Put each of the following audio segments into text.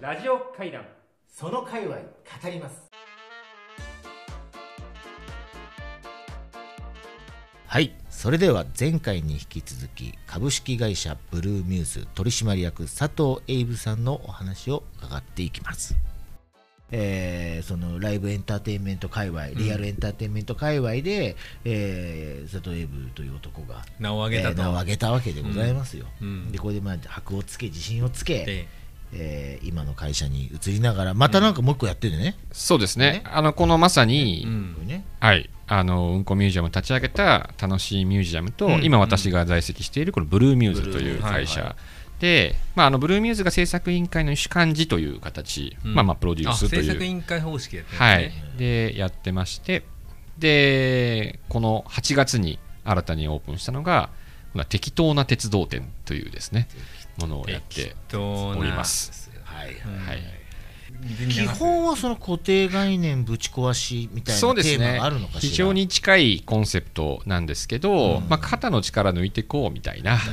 ラジオ会談その界隈語りますはいそれでは前回に引き続き株式会社ブルーミューズ取締役佐藤英武さんのお話を伺っていきますえーそのライブエンターテインメント界隈リアルエンターテインメント界隈で、えー佐藤英武という男が名を挙げたえと、ー名を挙げたわけでございますよ、うんうんでこれでまあ箔をつけ自信をつけ、でえー今の会社に移りながらまたなんかもう一個やってるね、そうですねねあのこのまさに、うんこれねはい、あのうんこミュージアムを立ち上げた楽しいミュージアムと、うん今私が在籍しているこのブルーミューズというブルーミュー会社、ズはいはで、まあ、あのブルーミューズが制作委員会の主幹事という形、うんまあ、まあプロデューあスと制作委いう、員会方式やってるんはいですね、、でやってましてでこの8月に新たにオープンしたのがこの適当な鉄道展というですねものをやって適、当なおりますはいうんはい、基本はその固定概念ぶち壊しみたいなテそうですーマねがあるのかしら、非常に近いコンセプトなんですけうど、んまあ、肩の力抜いてこうみたいな、は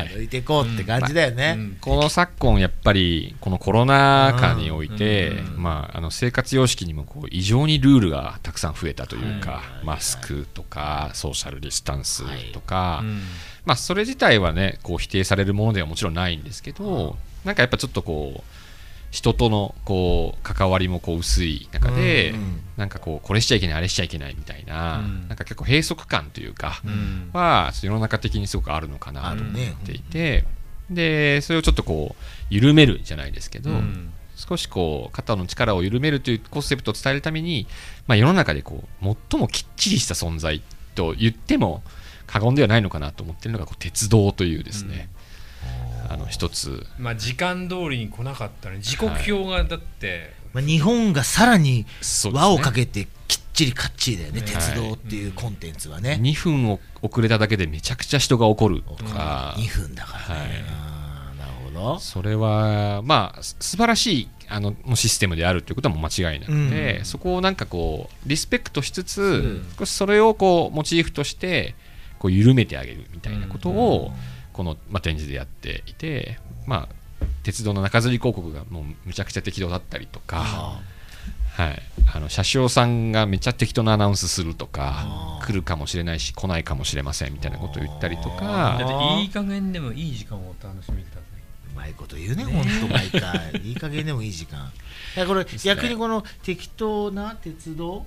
い、抜いていこうって感じだよね、うんこの昨今やっぱりこのコロナ禍において、うんまあ、あの生活様式にもこう異常にルールがたくさん増えたというか、はいマスクとかソーシャルディスタンスとか、うんまあ、それ自体はねこう否定されるものではもちろんないんですけど、なんかやっぱちょっとこう人とのこう関わりもこう薄い中で、うんうんなんかこうこれしちゃいけないあれしちゃいけないみたいな、うんなんか結構閉塞感というか、うんは世の中的にすごくあるのかなあとる思ねっていて、でそれをちょっとこう緩めるじゃないですけど、うん少しこう肩の力を緩めるというコンセプトを伝えるために、まあ、世の中でこう最もきっちりした存在と言っても過言ではないのかなと思ってるのがこう鉄道というですね、あの一つまあ時間通りに来なかったのに時刻表がだって、まあ、日本がさらにそうですね輪をかけてきっちりかっちりだよねね鉄道っていうコンテンツはね、 2分を遅れただけでめちゃくちゃ人が怒るとか、 2分だからね、はいあーなるほどそれはまあす素晴らしいあのもうシステムであるということはもう間違いなくて、うんそこをなんかこうリスペクトしつつ、うん少しそれをこうモチーフとしてこう緩めてあげるみたいなことを、この、まあ、展示でやっていて、まあ、鉄道の中吊り広告がもうむちゃくちゃ適当だったりとか、あはい、あの車掌さんがめちゃ適当なアナウンスするとかあー来るかもしれないし来ないかもしれませんみたいなことを言ったりとあだかーっていい加減でもいい時間をお楽しみください。ーうまいこと言うね本当毎回いい加減でもいい時間いやこれね逆にこの適当な鉄道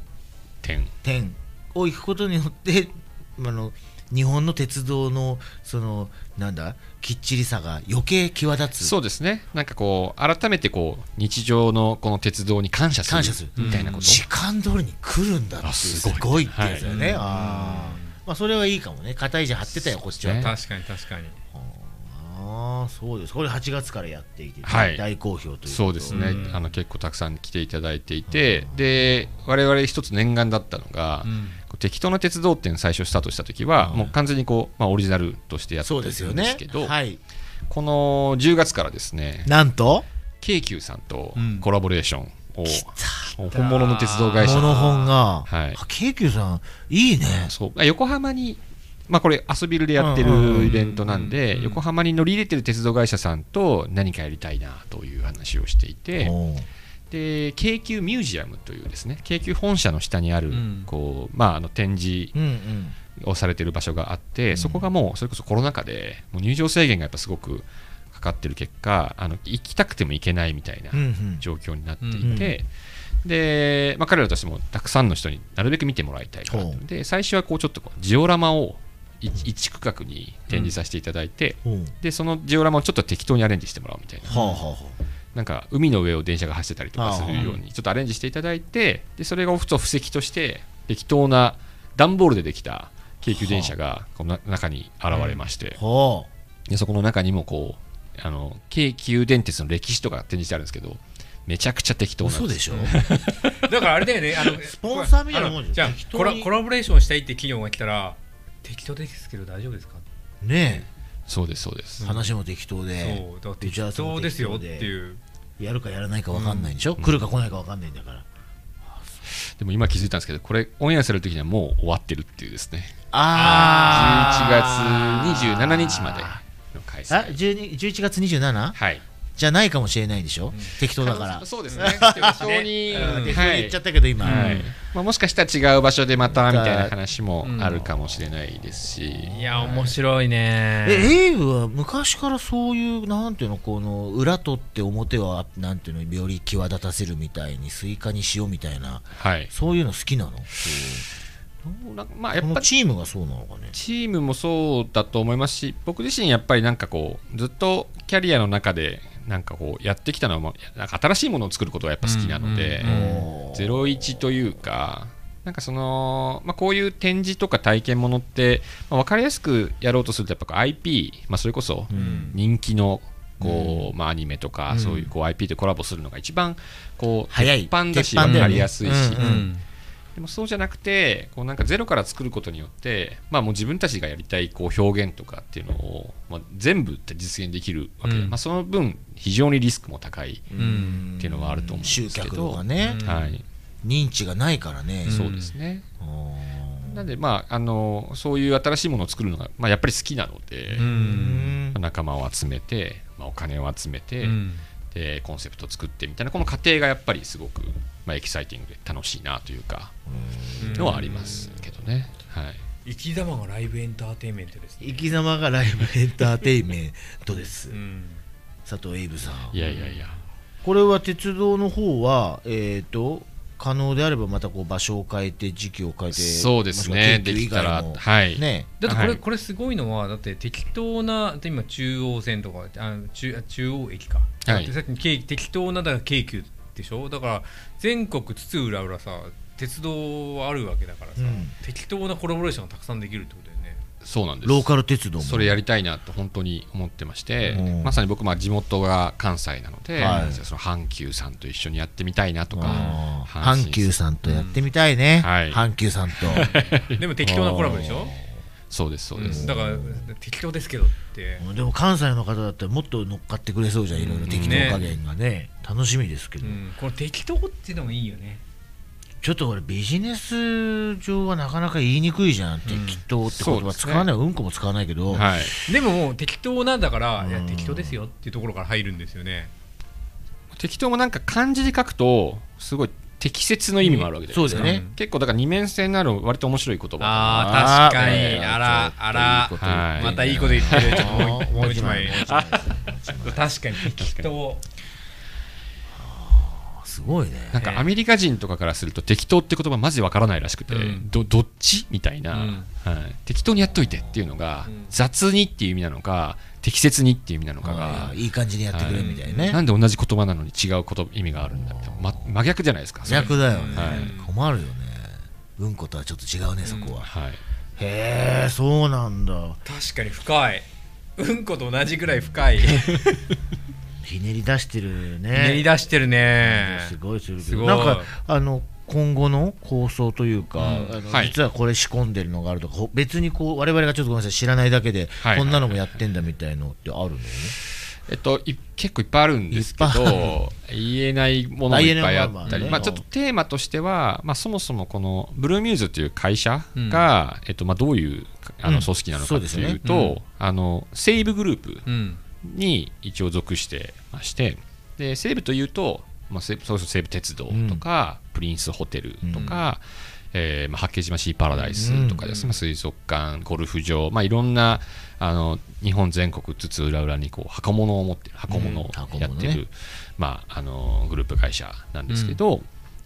点点を行くことによって あの日本の鉄道のそのなんだきっちりさが余計際立つそうですねなんかこう改めてこう日常のこの鉄道に感謝す感謝するるみたいなこと、時間通りに来るんだってあすすごいごいってやつだよね、はいあーまあそれはいいかもね肩いじ張ってたよこっちは、ね確かに確かに。ああそうですこれ8月からやっていて、はい大好評ということそうですね、うんあの結構たくさん来ていただいていて、で我々一つ念願だったのが、うんこう適当な鉄道展最初スタートした時は、はいもう完全にこう、まあ、オリジナルとしてやってそるうんでですすよねけど、はいこの10月からですねなんと京急さんとうんコラボレーションを、た本物の鉄道会こ社の本が、はいあ京急さんいいねそうあ横浜に、まあ、これ遊びルでやってうんるイベントなんで、うん横浜に乗り入れてる鉄道会社さんと何かやりたいなという話をしていて、おうで京急ミュージアムというですね京急本社の下にある、うんこうまあ、あの展示うんうんをされてる場所があって、そこがもうそれこそコロナ禍でもう入場制限がやっぱすごくかかってる結果あの行きたくても行けないみたいなうんうん状況になっていて、で、まあ、彼らとしてもたくさんの人になるべく見てもらいたいからほうで最初はこうちょっとこうジオラマを1区画に展示させていただいて、おうでそのジオラマをちょっと適当にアレンジしてもらおうみたいなはあはあはあなんか海の上を電車が走ってたりとかすああるようにちょっとアレンジしていただいてでそれがふと布石として適当な段ボールでできた京急電車がこの中に現れましてはでそこの中にもこうあの京急電鉄の歴史とか展示してあるんですけどめちゃくちゃ適あ当なん嘘ですでしょだからあれだよね、 あのスポンサーみたいなもんじじゃゃんん。適じゃ当あにコラコラボレーションしたいって企業が来たら、適当ですけど大丈夫ですか。ねそうですそうですえ話も適当でそう、だって打ち合わ適せも当です適よ当っていう。やるかやらないか分かんないでしょ、来るか来ないか分かんないんだからでも今気づいたんですけどこれオンエアされる時にはもう終わってるっていうですね11あ月27日までの開あ催12 11月 27? はいじゃないかもしれないでしょ、適当だから可能性そうで すね適当に、うんはい適当に言っちゃったけど今、はいまあ、もしかしたら違う場所でまたまみたたいな話もあるかもしれないですし、いや面白いねえエイブは昔からそういうなんていうのこの裏取って表はなんていうのより際立たせるみたいにスイカにしようみたいなはい、そういうの好きなのこなんかまあやうこっのぱチームがそうなのかねチームもそうだと思いますし僕自身やっぱりなんかこうずっとキャリアの中でなんかこうやってきたのはまあなんか新しいものを作ることがやっぱ好きなので、うんうんうんおー01というかなんかその、まあ、こういう展示とか体験ものって、まあ、分かりやすくやろうとするとやっぱこう IP、まあ、それこそうん人気のこう、まあ、アニメとか、うんそういうこう IP とコラボするのが一番こう早い鉄板だ鉄し板だよね分かりやすいし、うんうんでもそうじゃなくてこうなんかゼロから作ることによって、まあ、もう自分たちがやりたいこう表現とかっていうのを、まあ、全部実現できるわけで、うんまあ、その分非常にリスクも高い、うんっていうのはあると思うんですけ集ど客とかね、うんはい、認知がないからね、そうですね。うんなんで、まあ、あのそういう新しいものを作るのが、まあ、やっぱり好きなので、ううんん仲間を集めて、まあ、お金を集めて、うんでコンセプトを作ってみたいなこの過程がやっぱりすごく、まあ、エキサイティングで楽しいなというか、のはありますけどね。はい生き様がライブエンターテインメントですね生き様がライブエンターテインメントです、うん佐藤エイブさんいやいやいや、これは鉄道の方は、えー、と可能であればまたこう場所を変えて時期を変えてそうですねもしくは緊急以外もできたらはいねだってこれ,、はいこれすごいのはだって適当なで今中央線とかあ中あ中央駅か、だってさっきの京適当なだから京急でしょだから全国津々浦々さ鉄道はあるわけだからさ、うん適当なコラボレーションがたくさんできるってことだよねそうなんです。ローカル鉄道もそれやりたいなと本当に思ってまして、うんまさに僕、まあ、地元が関西なので、はいその阪急さんと一緒にやってみたいなとうんか、阪急さんとやってみたいね、うんはい阪急さんとでも適当なコラボでしょ、そうです、そうです。うんだから適当ですけどってうんでも関西の方だったらもっと乗っかってくれそうじゃんいろいろ適当加減がね楽しみですけうど、ん、この適当っていうのもいいよねちょっと俺ビジネス上はなかなか言いにくいじゃん、適当って言葉使わないうんこも使わないけど、はいでももう適当なんだから、いやうん適当ですよっていうところから入るんですよね適当もなんか漢字で書くとすごい適切の意味もあるわけで、そうだよね、結構だから二面性のある割と面白い言葉だなあー確かにえーあらあらちょっといいこと言ってんはじゃんまたいいことい言ってるちょっと もうももうう一一枚枚確かに適当すごいねなんかアメリカ人とかからすると適当って言葉マジわからないらしくて、うんどどっちみたいな、うんはい、適当にやっといてっていうのが、うん雑にっていう意味なのか適切にっていう意味なのかあがーいい感じにやってくれみたいね、なんで同じ言葉なのに違うこと意味があるんだみたいな、ま、真逆じゃないですかそれ逆だよね、はい困るよねうんことはちょっと違うねそこは、はい、へえそうなんだ確かに深いうんこと同じぐらい深いひねり出してるね練り出してるねすごいするけすどごいなんかあの今後の構想というか、うんあのはい実はこれ仕込んでるのがあるとかほ別にこう我々がちょっとごめんなさい知らないだけで、はいこんなのもやってんだみたいのってあるのよねえっと、い結構いっぱいあるんですけいっぱいど言えないものもいっぱいあっあた言えないものもあるり、ねまあ、ちょっとテーマとしては、まあ、そもそもこのブルーミューズという会社が、えっとまあ、どういうあうんの組織なのそかうですとねいううとあのセイブグループうんに一応属してましてで西武というと、まあ、西武そうそう西武鉄道とか、プリンスホテルとか、えーまあ、八景島シーパラダイスとかですね、うんまあ水族館ゴルフ場、まあ、いろんなあの日本全国つつ裏裏にこう箱物を持ってる箱物を箱物ねやってる、まあ、あのグループ会社なんですけど、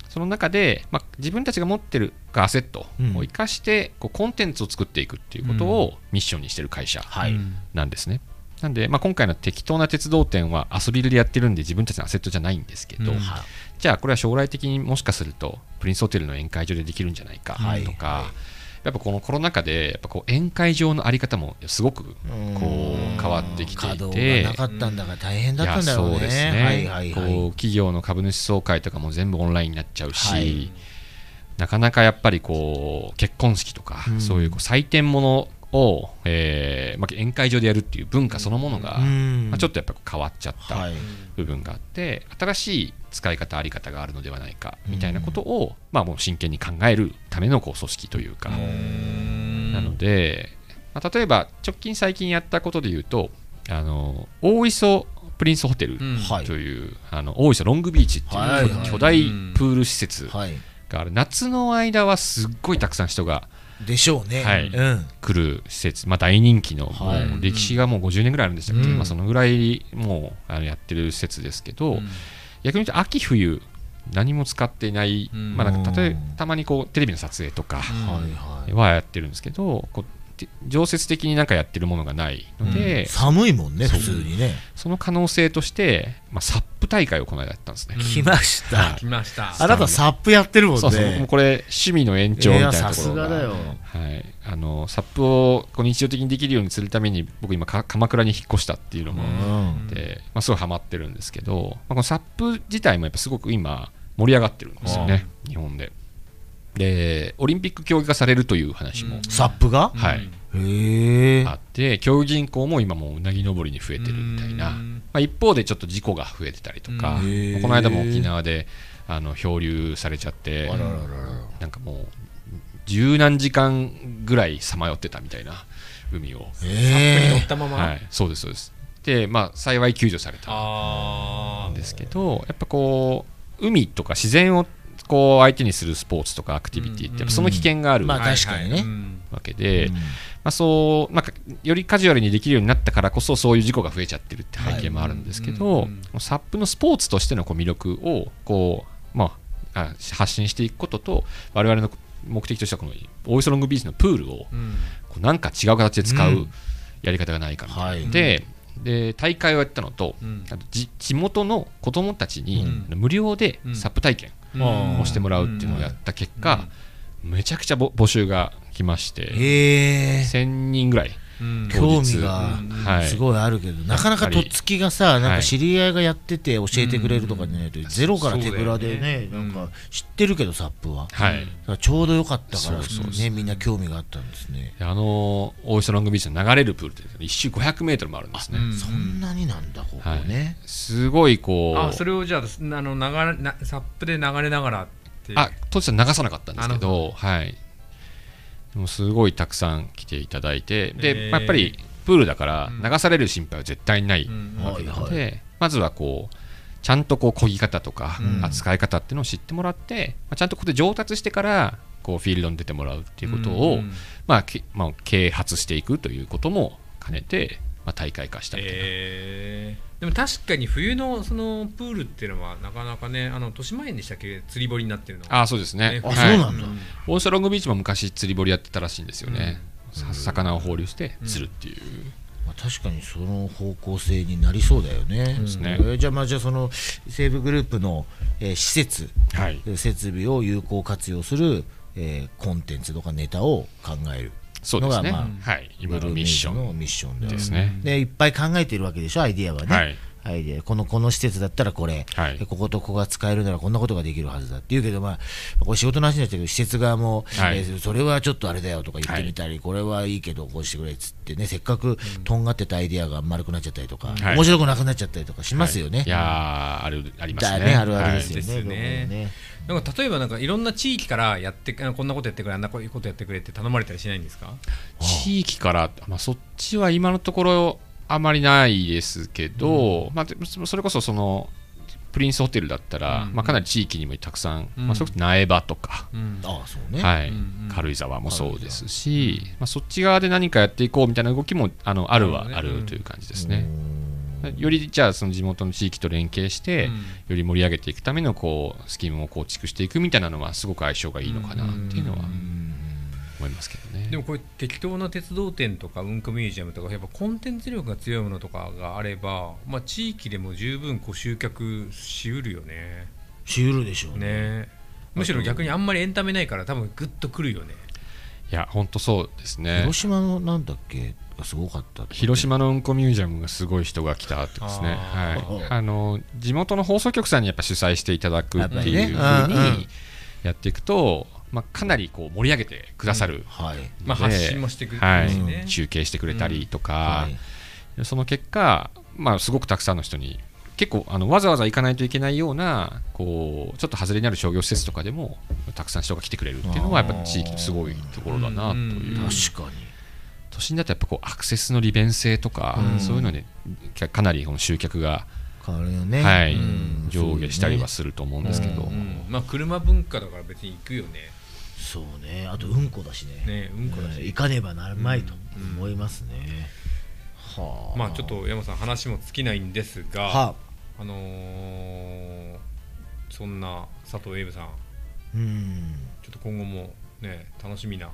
その中で、まあ、自分たちが持ってるアセットを生かして、こうコンテンツを作っていくっていうことをミッションにしてる会社はい、うんなんですね。なんで、まあ、今回の適当な鉄道展は遊びでやってるんで自分たちのアセットじゃないんですけど、うんはじゃあこれは将来的にもしかするとプリンスホテルの宴会場でできるんじゃないかとか、はいはやっぱこのコロナ禍でやっぱこう宴会場のあり方もすごくこううん変わってきて稼い働てがな。かったんだから大変いだったやんだろうそねうですはいねはいはいこう企業の株主総会とかも全部オンラインになっちゃうし、はいなかなかやっぱりこう結婚式とか、うんそういうこう祭典ものを、えーまあ、宴会場でやるっていう文化そのものが、うんまあ、ちょっとやっぱこう変わっちゃった、はい部分があって新しい使い方あり方があるのではないかみたいなことを、まあ、もう真剣に考えるためのこう組織というか、なので、まあ、例えば直近最近やったことで言うとあの大磯プリンスホテルうんはいという、あの大磯ロングビーチってはいいうはい巨大プール施設はいがある夏の間はすっごいたくさん人がでしょうね、はいうん来る施設、まあ、大人気の、はいもう歴史がもう50年ぐらいあるんでしたっけ、うんまあ、そのぐらいもうあのやってる施設ですけど、うん逆に言うと秋冬何も使ってない、うんまあ、なんか例うえんたまにこうテレビの撮影とかうんはいはいはやってるんですけど、こうて常設的になんかやってるものがないので、寒いもんねそ普う通にね、その可能性として、まあ、サップ大会をこの間やったんですね。うん来ました、来ましたあなたサップやってるもんねそうそうもうこれ趣味の延長みいたやいなさとこすろががだよはい、あのサップをこう日常的にできるようにするために僕今か鎌倉に引っ越したっていうのもうあんって、まあ、すごいハマってるんですけど、まあ、このサップ自体もやっぱすごく今盛り上がってるんですよね日本ででオリンピック競技化されるという話もサップが、はいへえあって競技人口も今もううなぎ登りに増えてるみたいな、うまんあ、一方でちょっと事故が増えてたりとか、うんへーこの間も沖縄であの漂流されちゃってあららららなんかもう十何時間ぐらいさまよってたみたいな海を、に乗えったまま、はい、そうですそうですでまあ幸い救助されたああんですけどやっぱこう海とか自然をこう相手にするスポーツとかアクティビティってやっぱその危険があるまあわ確かにねうんけえで、まあ、そうなんかよりカジュアルにできるようになったからこそそういう事故が増えちゃってるって背景もあるんですけど、はいうんサップのスポーツとしてのこう魅力をこう、まあ、あ発信していくことと我々の目的としてはこの大磯ロングビーチのプールをうんこうなんか違う形で使ううんやり方がないかみたいなはいでで大会をやったのと、うんあとじ地元の子供たちにうん無料でうんサップ体験うんをしてもらうっていうのをやった結果、めちゃくちゃぼ募集が来まして、へえ1000人ぐらいうん今興日味がはいすごいあるけど、なかなかとっつきがさ、なんか知り合いがやってて教えてくれるとかじゃないと、ゼロから手ぶらでね、なそうだよんねか知ってるけど、サップは。だかはい、らちょうどよかったから、そうそうね、みんな興味があったんですね。であの大磯ロングビーチの流れるプールって1周500メートルもあるんですね、うんそんなになんだ、ここね。すごいこうあそれをじゃあすあの流れなサップで流れながらってあ当時は流さなかったんですけなるどはいでもすごいたくさん来ていただいてで、へーまあやっぱりプールだからうん流される心配は絶対ないうんわけなのはいで、まずはこうちゃんとこう漕ぎ方とかうん扱い方っていうのを知ってもらって、まあ、ちゃんとここで上達してからこうフィールドに出てもらうっていうことうを、んまあけまあ、啓発していくということも兼ねて、まあ、大会化したみたいな、えーでも確かに冬のそのプールっていうのはなかなかねあの豊島園でしたっけ釣り堀になってるのああそうですねねあ、はいそうなんだ。オーシャロングビーチも昔釣り堀やってたらしいんですよね、さ魚を放流して釣るっていう、まあ確かにその方向性になりそうだよね。すねえーじゃあ、まあ、じゃあ、その西武グループの、えー施設、はい設備を有効活用する、えーコンテンツとかネタを考える。そうですね、のがまはい今のミッショのンミッションだよでねすね、でいっぱい考えてるわけでしょアイディアはね、はいアイデアこのこの施設だったらこれ、はいでこことここが使えるならこんなことができるはずだっていうけどまあこれ仕事の話になっちゃうけど施設側も、はいえーそれはちょっとあれだよとか言ってみたり、これはいいけどこうしてくれっつってねせっかくとんがってたアイディアが丸くなっちゃったりとか、はい面白くなくなっちゃったりとかしますよね、いやーあるありまだすよねねあるあるですはいよね,どこはいもですよね、なんか例えばなんかいろんな地域からやってあこんなことやってくれあんなことやってくれって頼まれたりしないんですか地域から、まあ、そっちは今のところあまりないですけど、まあでも、それこそそのプリンスホテルだったら、うんまあ、かなり地域にもたくさん、うんまあ、それこそ苗場とか、うんああそうね、はいうんうん軽井沢もそうですし、まあ、そっち側で何かやっていこうみたいな動きもあのあるはなあるほどねるという感じですね。うーんよりじゃあその地元の地域と連携して、うんより盛り上げていくためのこうスキームを構築していくみたいなのはすごく相性がいいのかなっていうのは思いますけどね。でもこれ適当な鉄道展とかうんこミュージアムとかやっぱコンテンツ力が強いものとかがあれば、まあ、地域でも十分こう集客しうるよねしうるでしょうねむしろ逆にあんまりエンタメないから多分グッとくるよねいや本当そうですね広島のなんだっけがすごかったって広島のうんこミュージアムがすごい人が来たってことですね、はあーい、あの地元の放送局さんにやっぱ主催していただくっていうふうにやっぱりねうんうんやっていくと、まあ、かなりこう盛り上げてくださる、はいまあ、で発信もしてくるしはねい、、中継してくれたりとか、はいその結果、まあ、すごくたくさんの人に結構あのわざわざ行かないといけないようなこうちょっと外れになる商業施設とかでもたくさん人が来てくれるっていうのはやっぱ地域のすごいところだなといううん確かに都心だとやっぱこうアクセスの利便性とか、うんそういうのでかかなりこの集客が、変わるよね、はいうん上下したりはそすると思うんですけど、ううんまあ車文化だから別に行くよねうねそうねあとうんこだしねねうんこだし行かねばならないとうん思いますね、はあまあちょっと山さん話も尽きないんですが、はああのーそんな佐藤エイブさんうんちょっと今後もね楽しみな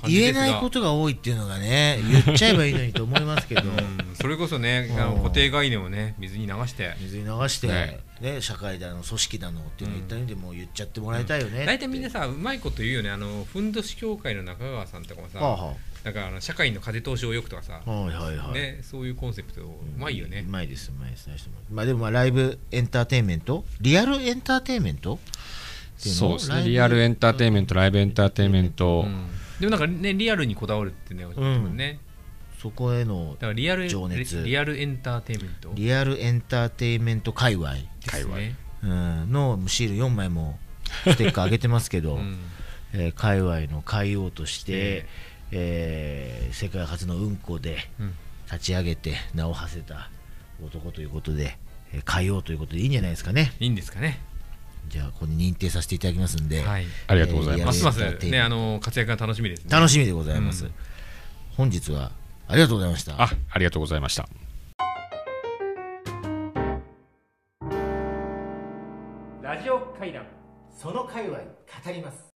感じ言でえすがないことが多いっていうのがね言っちゃえばいいのにと思いますけどうんそれこそねあのうん固定概念をね水に流して水に流して、ねね社会だの組織だのっていうのを言った意味でもう言っちゃってもらいたいよね、大体みんなさ、さうまいこと言うよねあのふんどし協会の中川さんとかもさ、はあはなんかあの社会の風通しをよくとかさ、あ、はいはいはい、ね、そういうコンセプトうまいよねう、まいですうまいですねまあでもまあライブエンターテインメントリアルエンターテインメントっていのそうですねライブリアルエンターテインメントライブエンターテインメント、うんでもなんかねリアルにこだわるってねおっしゃってたもんね、そこへのだからリアル情熱リリアルエンターテインメントでリアルエンターテインメント界隈すね、うんのシール4枚もステッカーあげてます けど、うんえー界隈の海王としてえ、えー世界初のうんこでうん立ち上げて名を馳せた男ということで、えー海王ということでいいんじゃないですかねいいんですかね、じゃあここに認定させていただきますんで、はい、ありがとうございます、ますますやっていいねあの活躍が楽しみですね楽しみでございます、うん本日はありがとうございましたあありがとうございましたラジオ会談その界隈語ります